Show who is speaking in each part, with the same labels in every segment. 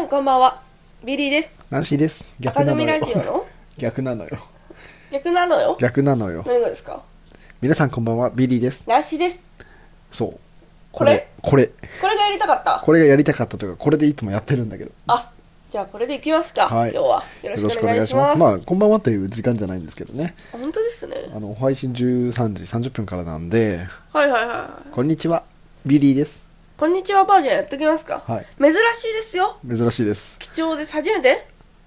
Speaker 1: んこんばんはビリーです
Speaker 2: ナンシーです
Speaker 1: 赤
Speaker 2: 逆なの
Speaker 1: 組ラ
Speaker 2: よ
Speaker 1: ジオの
Speaker 2: 逆なのよ
Speaker 1: 逆なのよ
Speaker 2: 逆なのよ
Speaker 1: 何がですか
Speaker 2: 皆さんこんばんはビリーです
Speaker 1: なしです
Speaker 2: そう
Speaker 1: これ
Speaker 2: これこれ
Speaker 1: これがやりたかった
Speaker 2: これがやりたかったというかこれでいつもやってるんだけど
Speaker 1: あじゃあこれでいきますか、
Speaker 2: はい
Speaker 1: 今日はよろしくお願いします
Speaker 2: まあこんばんはという時間じゃないんですけどね
Speaker 1: 本当ですね
Speaker 2: あの配信13時30分からなんで
Speaker 1: はいはいはい
Speaker 2: こんにちはビリーです
Speaker 1: こんにちはバージョンやっときますか、
Speaker 2: はい
Speaker 1: 珍しいですよ
Speaker 2: 珍しいです
Speaker 1: 貴重です初めて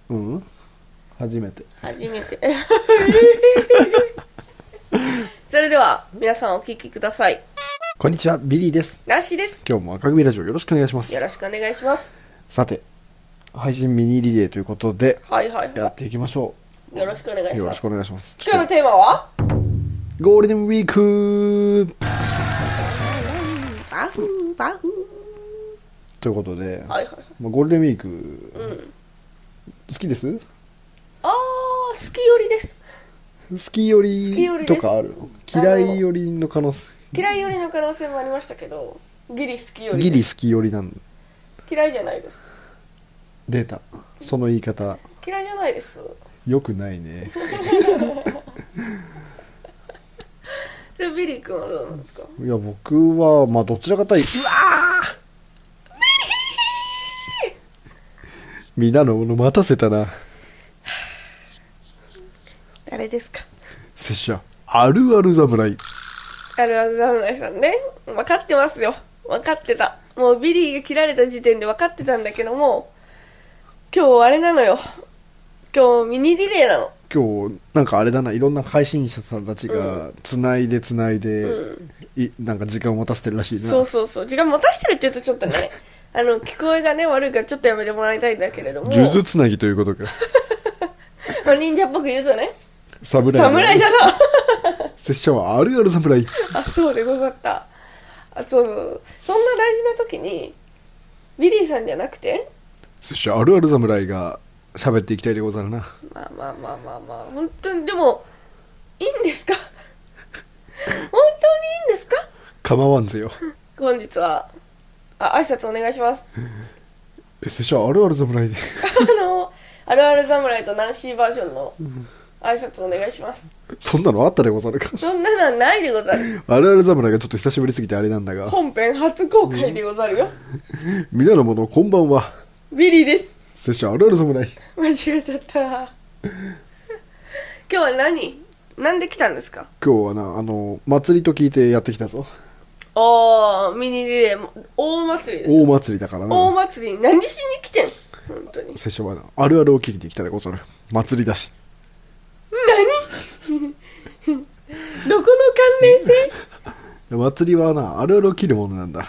Speaker 2: うん初めて
Speaker 1: 初め てそれでは皆さんお聞きください
Speaker 2: こんにちはビリーです
Speaker 1: なしです
Speaker 2: 今日も赤組ラジオよろしくお願いします
Speaker 1: よろしくお願いします
Speaker 2: さて配信ミニリレーということで
Speaker 1: はいはいは
Speaker 2: やっていきましょ
Speaker 1: いよろしくお願いうし
Speaker 2: よろ
Speaker 1: ま
Speaker 2: し
Speaker 1: す
Speaker 2: くお願いしますちょ
Speaker 1: 今
Speaker 2: っ
Speaker 1: 日の
Speaker 2: と
Speaker 1: テーマは
Speaker 2: ゴールデンウィーク
Speaker 1: バフバフ
Speaker 2: ということで、
Speaker 1: はいはいはい
Speaker 2: まあゴールデンウィーク、好きです
Speaker 1: あー好き寄りです
Speaker 2: 好きよ
Speaker 1: 好き寄りで
Speaker 2: りと
Speaker 1: す
Speaker 2: かあるの
Speaker 1: あの
Speaker 2: 嫌いよりの可能性
Speaker 1: 嫌い寄りの可能性もありましたけどギリ好き寄り
Speaker 2: ギ
Speaker 1: で
Speaker 2: リ
Speaker 1: す
Speaker 2: 好きよりなん
Speaker 1: 嫌いじゃないです
Speaker 2: 出たその言い方
Speaker 1: 嫌いじゃないです
Speaker 2: よくないね
Speaker 1: それビリー君はどうなんですか
Speaker 2: いや僕はまあどちらかというとうわーみんなのもの待たせたな
Speaker 1: 誰ですか
Speaker 2: 拙者あるある侍
Speaker 1: あるある侍さんね分かってますよ分かってたもうビリーが切られた時点で分かってたんだけども今日あれなのよ今日ミニリレーなの
Speaker 2: 今日なんかあれだないろんな配信者さんたちがつないでつないで、いなんか時間を持たせてるらしいな
Speaker 1: そうそうそう時間持たしてるって言うとちょっとねあの聞こえがね悪いからちょっとやめてもらいたいんだけれども
Speaker 2: 呪術つなぎということか
Speaker 1: まあ忍者っぽく言うとね
Speaker 2: 侍だ
Speaker 1: 侍だな
Speaker 2: 拙者はあるある侍
Speaker 1: あそうでござったあそうそうそんな大事な時にビリーさんじゃなくて
Speaker 2: 拙者あるある侍が喋っていきたいでござるな
Speaker 1: まあまあまあまあまあ本当にでもいいんですか 本当にいいんですか
Speaker 2: 構わんぜよ
Speaker 1: 本日はあ挨拶お願いします
Speaker 2: え拙者あるある侍で
Speaker 1: あのあるある侍とナンシーバージョンの挨拶お願いします
Speaker 2: そんなのあったでござるか
Speaker 1: そんなのはないでござる
Speaker 2: あるある侍がちょっと久しぶりすぎてあれなんだが
Speaker 1: 本編初公開でござるよ
Speaker 2: 皆の者こんばんは
Speaker 1: ビリーです
Speaker 2: 拙者あるある侍
Speaker 1: 間違えちゃった 今日は何なんで来たんですか
Speaker 2: 今日はなあの祭りと聞いてやってきたぞ
Speaker 1: ああミニリレーも大祭りですよ
Speaker 2: 大祭りだからな
Speaker 1: 大祭りに何しに来てん本当に
Speaker 2: 拙者はなあるあるを切りに来たでござる祭りだし
Speaker 1: どこの関連性
Speaker 2: 祭りはなあるあるを切るものなんだ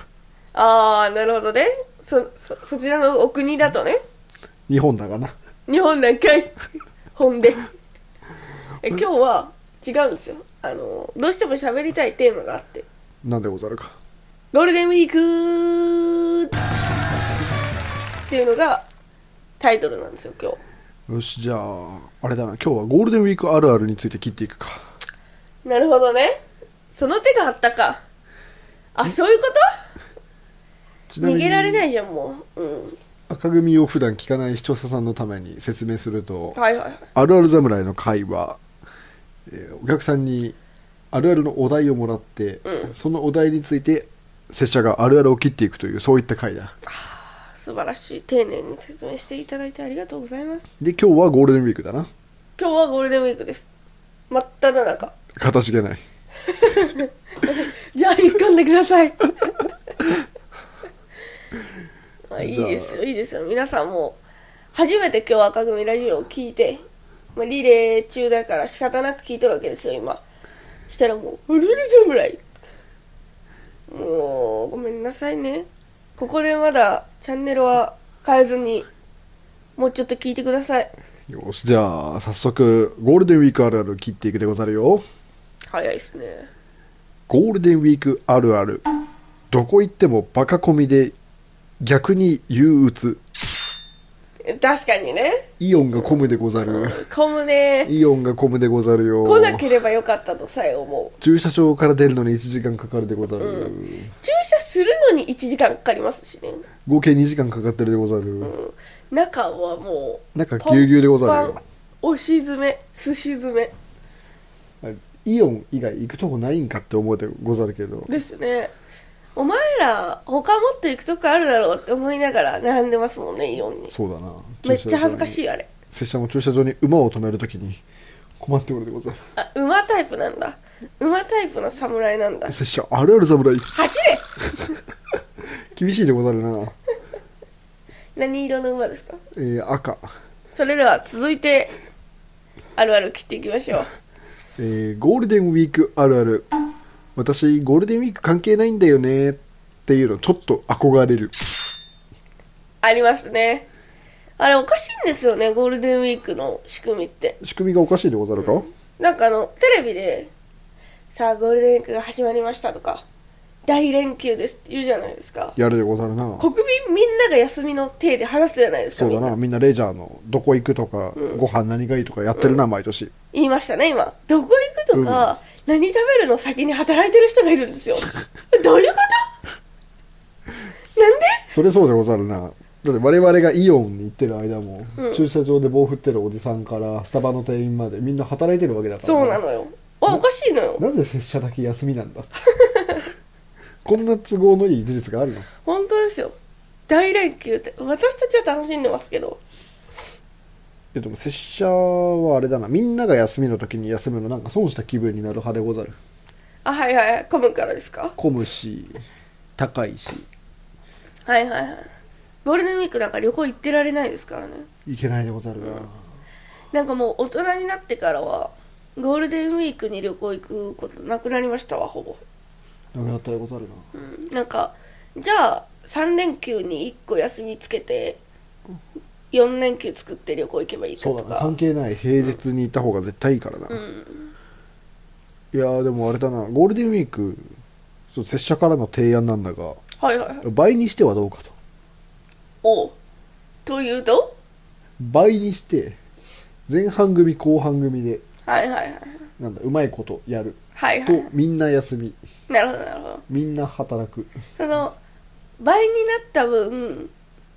Speaker 1: ああなるほどねそそそちらのお国だとね
Speaker 2: 日本だがな
Speaker 1: 日本なんかいほんでえ今日は違うんですよあのどうしても喋りたいテーマがあって
Speaker 2: なんでござるか
Speaker 1: ゴールデンウィークっていうのがタイトルなんですよ今日
Speaker 2: よしじゃああれだな今日はゴールデンウィークあるあるについて切っていくか
Speaker 1: なるほどねその手があったかあそういうこ
Speaker 2: ち
Speaker 1: と逃げられないいじゃんもううん
Speaker 2: 赤組を普段聞かない視聴者さんのために説明すると
Speaker 1: はいはいはい
Speaker 2: あるある侍の会は、えーお客さんにあるあるのお題をもらって、そのお題について拙者があるあるを切っていくというそういった回だ
Speaker 1: 素晴らしい丁寧に説明していただいてありがとうございます
Speaker 2: で今日はゴールデンウィークだな
Speaker 1: 今日はゴールデンウィークです真っ只中
Speaker 2: かしげない
Speaker 1: じゃあ引っ込んでくださ いまあいい
Speaker 2: じゃあ
Speaker 1: ですよいいですよ皆さんも初めて今日赤組ラジオを聞いて、まあ、リレー中だから仕方なく聞いとるわけですよ今したらもう「ルルジャムライ」もうごめんなさいねここでまだチャンネルは変えずにもうちょっと聞いてください
Speaker 2: よしじゃあ早速ゴールデンウィークあるあるを切っていくでござるよ
Speaker 1: 早いですね
Speaker 2: ゴールデンウィークあるあるどこ行ってもバカ込みで逆に憂鬱
Speaker 1: え確かにね。
Speaker 2: イオンがコムでござる
Speaker 1: コムね。
Speaker 2: イオンがコムでござるよ
Speaker 1: 来なければよかったとさえ思う。
Speaker 2: 駐車場から出るのに1時間かかるでござる、
Speaker 1: 駐車するのに1時間かかりますしね。
Speaker 2: 合計2時間かかってるでござる、
Speaker 1: 中はもう。
Speaker 2: 中ぎゅうぎゅうでござるよ
Speaker 1: パンパン押し詰め、すし詰め。
Speaker 2: イオン以外行くとこないんかって思うでござるけど
Speaker 1: ですね。お前ら、他もっと行くとこあるだろうって思いながら並んでますもんね、イオンに。
Speaker 2: そうだな
Speaker 1: めっちゃ恥ずかし
Speaker 2: い
Speaker 1: い、あれ。
Speaker 2: 拙者も駐車場に馬を止めるときに困っておるでござる
Speaker 1: あ、馬タイプなんだ。馬タイプの侍なんだ。
Speaker 2: 拙者あるある侍
Speaker 1: 走
Speaker 2: 厳しいでござるな、
Speaker 1: れ何色の馬ですか
Speaker 2: えー、赤、
Speaker 1: それでは続いて、あるある切っていきましょう。
Speaker 2: えー、ゴールデンウィークあるある私ゴールデンウィーク関係ないんだよねっていうのちょっと憧れる
Speaker 1: ありますね。あれおかしいんですよね、ゴールデンウィークの仕組みって。
Speaker 2: 仕組みがおかしいでござるか、
Speaker 1: なんかあの、テレビで、さあ、ゴールデンウィークが始まりましたとか、大連休ですって言うじゃないですか。
Speaker 2: やるでござるな
Speaker 1: 国民みんなが休みの体で話すじゃないですか、
Speaker 2: そうだ
Speaker 1: みん
Speaker 2: なみんなレジャーのどこ行くとか、ご飯何がいいとかやってるな、毎年
Speaker 1: 言いましたね、今。どこ行くとか、何食べるの先に働いてる人がいるんですよ。 どういうことなんで
Speaker 2: それそうでござるなだって我々がイオンに行ってる間も、駐車場で棒振ってるおじさんからスタバの店員までみんな働いてるわけだから
Speaker 1: そうなのよ。あ、おかしいのよ。
Speaker 2: なぜ拙者だけ休みなんだ こんな都合のいい事実があるの
Speaker 1: 本当ですよ大連休って私たちは楽しんでますけど
Speaker 2: えでも拙者はあれだなみんなが休みの時に休むのなんか損した気分になる派でござる
Speaker 1: あはいはいはい混むからですか
Speaker 2: 混むし高いし
Speaker 1: はいはいはいゴールデンウィークなんか旅行行ってられないですからね
Speaker 2: いけないでござるな、
Speaker 1: なんかもう大人になってからはゴールデンウィークに旅行行くことなくなりましたわほぼ、
Speaker 2: なくなったでござるな
Speaker 1: うん、なんかじゃあ3連休に1個休みつけて4連休作って旅行行けばいいか
Speaker 2: そう
Speaker 1: と
Speaker 2: だな
Speaker 1: か
Speaker 2: 関係ない平日にいた方が絶対いいからな、いやーでもあれだなゴールデンウィークそう拙者からの提案なんだが
Speaker 1: はいはいはい
Speaker 2: 倍にしてはどうかと
Speaker 1: おうというと
Speaker 2: 倍にして前半組後半組で
Speaker 1: はいはいはい
Speaker 2: なんだうまいことやる
Speaker 1: はいは
Speaker 2: と
Speaker 1: い
Speaker 2: みんな休み
Speaker 1: なるほどなるほど
Speaker 2: みんな働く
Speaker 1: その倍になった分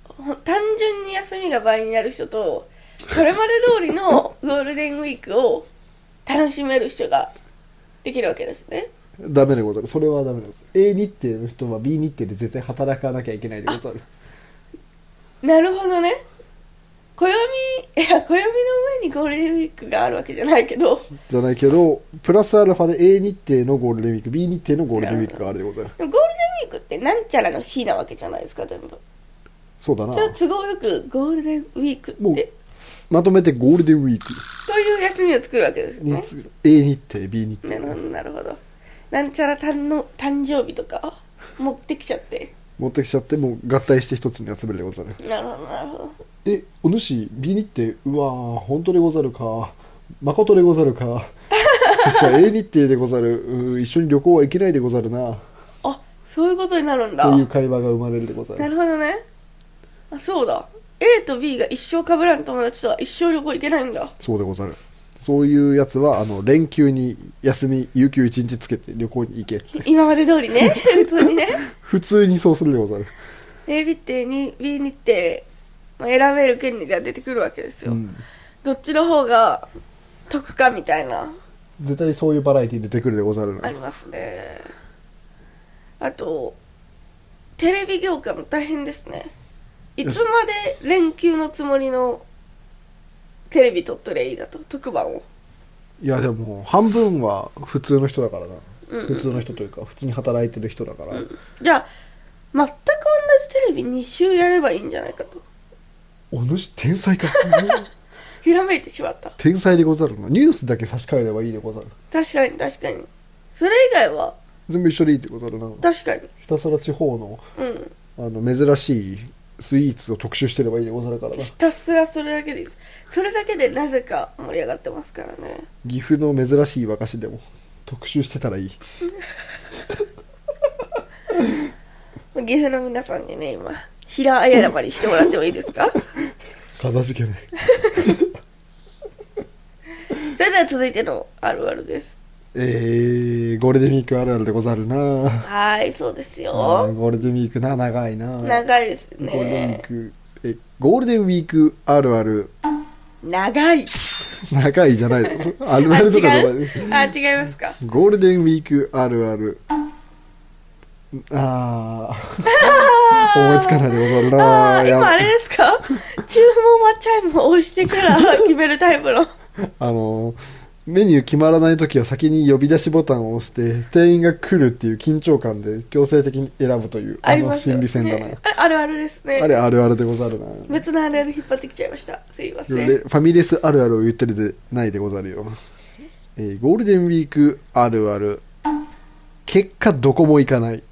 Speaker 1: ほ単純に休みが倍になる人とそれまで通りのゴールデンウィークを楽しめる人ができるわけですね
Speaker 2: ダメでござるそれはダメなんです A 日程の人は B 日程で絶対働かなきゃいけないでござる
Speaker 1: なるほどね暦いや暦の上にゴールデンウィークがあるわけじゃないけど
Speaker 2: じゃないけどプラスアルファで A 日程のゴールデンウィーク B 日程のゴールデンウィークがあるでござる
Speaker 1: でもゴールデンウィークってなんちゃらの日なわけじゃないですか全部
Speaker 2: そうだな
Speaker 1: それは都合よくゴールデンウィーク
Speaker 2: も
Speaker 1: っ
Speaker 2: う
Speaker 1: て
Speaker 2: まとめてゴールデンウィーク
Speaker 1: という休みを作るわけですね
Speaker 2: に次ぐ A 日程 B 日
Speaker 1: なる
Speaker 2: 程
Speaker 1: ほどなるほどなんちゃらたんの誕生日とか持ってきちゃって
Speaker 2: 持ってきちゃってもう合体して一つに集めるでござる
Speaker 1: なるほどなるほど
Speaker 2: えお主 B 日程うわー本当でござるか誠でござるか拙者 A 日程でござるうー一緒に旅行は行けないでござるな
Speaker 1: あそういうことになるんだ
Speaker 2: という
Speaker 1: な
Speaker 2: 会話が生まれるでござる
Speaker 1: るほどねあそうだ A と B が一生被らん友達とは一生旅行行けないんだ
Speaker 2: そうでござるそういうやつはあの連休に休み有給1日つけて旅行に行け
Speaker 1: 今まで通り ね普通にね
Speaker 2: 普通にそうするでござる
Speaker 1: A 日程に B 日程、まあ、選べる権利が出てくるわけですよ、
Speaker 2: うん
Speaker 1: どっちの方が得かみたいな
Speaker 2: 絶対そういうバラエティ出てくるでござる
Speaker 1: あ
Speaker 2: な
Speaker 1: りますねあとテレビ業界も大変ですねいつまで連休のつもりのテレビ撮っとりゃいいだと特番を
Speaker 2: いやでも半分は普通の人だからな普通の人というか普通に働いてる人だから
Speaker 1: じゃあ全く同じテレビ2週やればいいんじゃないかと
Speaker 2: お主天才か
Speaker 1: ひらめいてしまった
Speaker 2: 天才でござるなニュースだけ差し替えればいいでござる
Speaker 1: 確かに確かにそれ以外は
Speaker 2: 全部一緒でいいでござるな
Speaker 1: 確かに
Speaker 2: ひたすら地方の
Speaker 1: うん
Speaker 2: あの珍しいスイーツを特集してればいいでござるからな
Speaker 1: ひたすらそれだけでいいですそれだけでなぜか盛り上がってますからね
Speaker 2: 岐阜の珍しい和菓子でも特集してたらいい
Speaker 1: 岐阜の皆さんにね今平謝りしてもらってもいいですか
Speaker 2: 必ただじけない
Speaker 1: それでは続いてのあるあるです
Speaker 2: えー、ゴールデンウィークあるあるでござるな
Speaker 1: はーいそうです
Speaker 2: あー
Speaker 1: よ
Speaker 2: ゴールデンウィークな長いな
Speaker 1: 長いです
Speaker 2: ゴールデンウィー
Speaker 1: ね
Speaker 2: クえゴールデンウィークあるある
Speaker 1: 長い
Speaker 2: 長いじ ゃないですあるあるとかじゃない
Speaker 1: あ違いますか
Speaker 2: ゴールデンウィークあるあるああ思いつかないでござるな
Speaker 1: あー
Speaker 2: や
Speaker 1: 今あれですか注文はチャイムを押してから決めるタイプ の
Speaker 2: あのメニュー決まらない時は先に呼び出しボタンを押して店員が来るっていう緊張感で強制的に選ぶという
Speaker 1: あり
Speaker 2: の
Speaker 1: ますよ
Speaker 2: 心理戦だな、
Speaker 1: ねああるあるですね
Speaker 2: あれあるあるでござるな
Speaker 1: 別のあるある引っ張ってきちゃいましたすいません
Speaker 2: でファミレスあるあるを言ってるでないでござるよ、えーゴールデンウィークあるある結果どこも行かない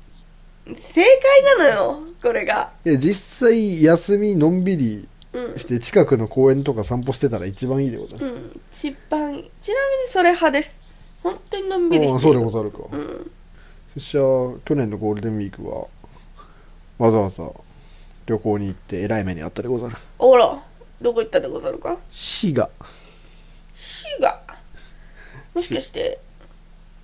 Speaker 1: 正解なのよこれが
Speaker 2: いや実際休みのんびり
Speaker 1: うん
Speaker 2: して近くの公園とか散歩してたら一番いいでござる
Speaker 1: うん一番いいちなみにそれ派です本当にのんびり
Speaker 2: あ
Speaker 1: し
Speaker 2: あ
Speaker 1: て
Speaker 2: そ
Speaker 1: いうい
Speaker 2: でござるか、
Speaker 1: うん
Speaker 2: 拙者は去年のゴールデンウィークはわざわざ旅行に行ってえらい目にあったでござる
Speaker 1: おらどこ行ったでござるか
Speaker 2: 滋賀
Speaker 1: 滋賀もしかして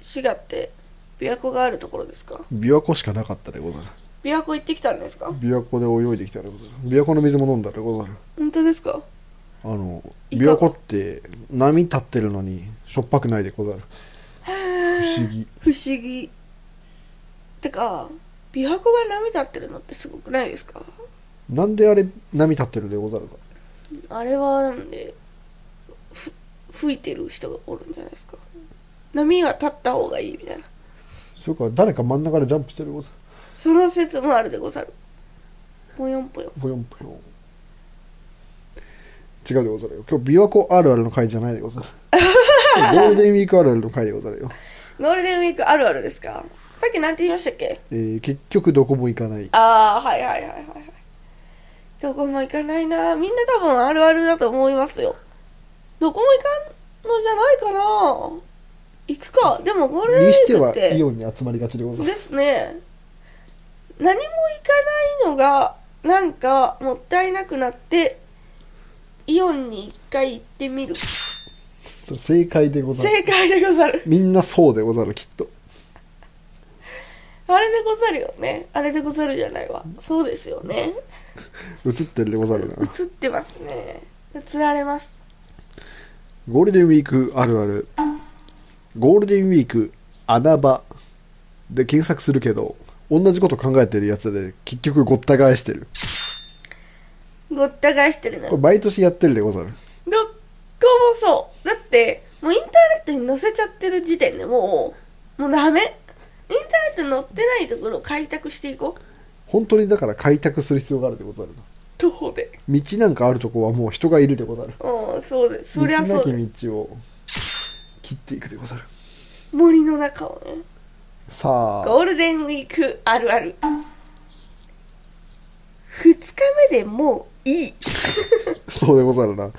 Speaker 1: 滋賀って琵琶湖があるところですか
Speaker 2: 琵琶湖しかなかったでござる
Speaker 1: 琵琶湖行ってきたんですか
Speaker 2: 琵琶湖で泳いできたでござる琵琶湖の水も飲んだでござる
Speaker 1: 本当ですか
Speaker 2: あの
Speaker 1: いか
Speaker 2: 琵琶湖って波立ってるのにしょっぱくないでござる不思議
Speaker 1: 不思議てか琵琶湖が波立ってるのってすごくないですか
Speaker 2: なんであれ波立ってるでござるか
Speaker 1: あれはなんでふ吹いてる人がおるんじゃないですか波が立った方がいいみたいな
Speaker 2: それか誰か真ん中でジャンプしてるでござる
Speaker 1: その説もあるでござるぽよんぽよん
Speaker 2: ぽよんぽよん違うでござるよ今日琵琶湖あるあるの回じゃないで ござるゴールデンウィークあるあるの回でござるよ、
Speaker 1: ゴールデンウィークあるあるですかさっきなんて言いましたっけ
Speaker 2: えー結局どこも行かない
Speaker 1: ああはいはいはいはいはいどこも行かないなみんな多分あるあるだと思いますよどこも行かんのじゃないかな行くかでもゴールデンウ
Speaker 2: にして
Speaker 1: ィークっ
Speaker 2: は
Speaker 1: て
Speaker 2: イオンに集まりがちでござる
Speaker 1: ですね何も行かないのがなんかもったいなくなってイオンに一回行ってみる
Speaker 2: それ正解でござる
Speaker 1: 正解でござる
Speaker 2: みんなそうでござるきっと
Speaker 1: あれでござるよねあれでござるじゃないわそうですよね
Speaker 2: 映ってるでござるな
Speaker 1: 映ってますね映られます
Speaker 2: ゴールデンウィークあるあるゴールデンウィーク穴場で検索するけど同じこと考えてるやつで結局ごった返してる
Speaker 1: ごった返してるの
Speaker 2: これ
Speaker 1: よ
Speaker 2: 毎年やってるでござる
Speaker 1: どっこもそうだってもうインターネットに載せちゃってる時点でもうもうダメインターネットに載ってないところを開拓していこう
Speaker 2: 本当にだから開拓する必要があるでござるな
Speaker 1: 徒歩で
Speaker 2: 道なんかあるとこはもう人がいるでござる
Speaker 1: うんそうですそりゃそう
Speaker 2: 道
Speaker 1: で
Speaker 2: なき道を切っていくでござる
Speaker 1: す森の中をね
Speaker 2: さあ
Speaker 1: ゴールデンウィークあるある2日目でもういい
Speaker 2: そうでござるな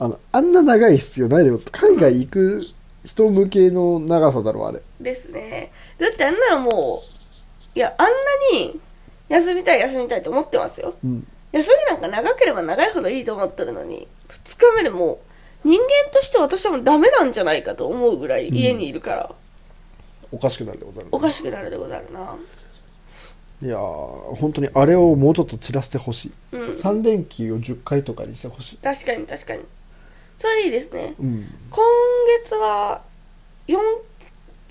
Speaker 2: あのあんな長い必要ないでござる海外行く人向けの長さだろあれ
Speaker 1: ですねだってあんなのもういやあんなに休みたい休みたいと思ってますよ
Speaker 2: うん
Speaker 1: 休みなんか長ければ長いほどいいと思ってるのに2日目でもう人間として私はもうダメなんじゃないかと思うぐらい家にいるから、
Speaker 2: おかしくなるでござるな
Speaker 1: おかしくなるでござるない
Speaker 2: やー本当にあれをもうちょっと散らしてほしい、
Speaker 1: うん
Speaker 2: 3連休を10回とかにしてほしい、
Speaker 1: 確かに確かにそれいいですね
Speaker 2: うん、
Speaker 1: 今月は4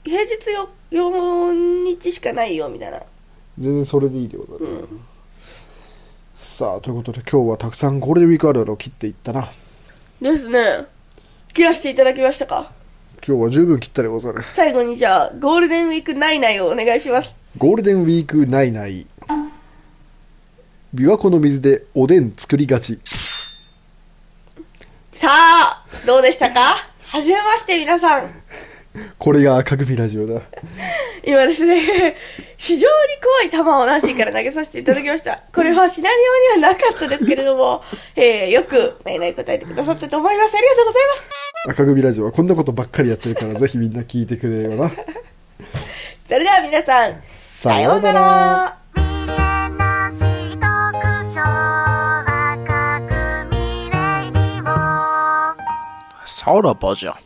Speaker 1: 平日よ4日しかないよみたいな
Speaker 2: 全然それでいいでござる、さあということで今日はたくさんゴールデンウィークあるあるを切っていったな
Speaker 1: ですね切らせていただきましたか
Speaker 2: 今日は十分切ったでござる
Speaker 1: 最後にじゃあゴールデンウィークないないをお願いします
Speaker 2: ゴールデンウィークないない琵琶湖の水でおでん作りがち
Speaker 1: さあどうでしたかはじめまして皆さん
Speaker 2: これが赤組ラジオだ
Speaker 1: 今ですね 非常に怖い球をナンシーから投げさせていただきましたこれはシナリオにはなかったですけれども、 えー、よくないない答えてくださったと思いますありがとうございます
Speaker 2: 赤組ラジオはこんなことばっかりやってるからぜひみんな聞いてくれよな
Speaker 1: それでは皆さんさ
Speaker 2: さ
Speaker 1: ようなら
Speaker 3: みんなしい特徴赤組
Speaker 2: さらばじゃ。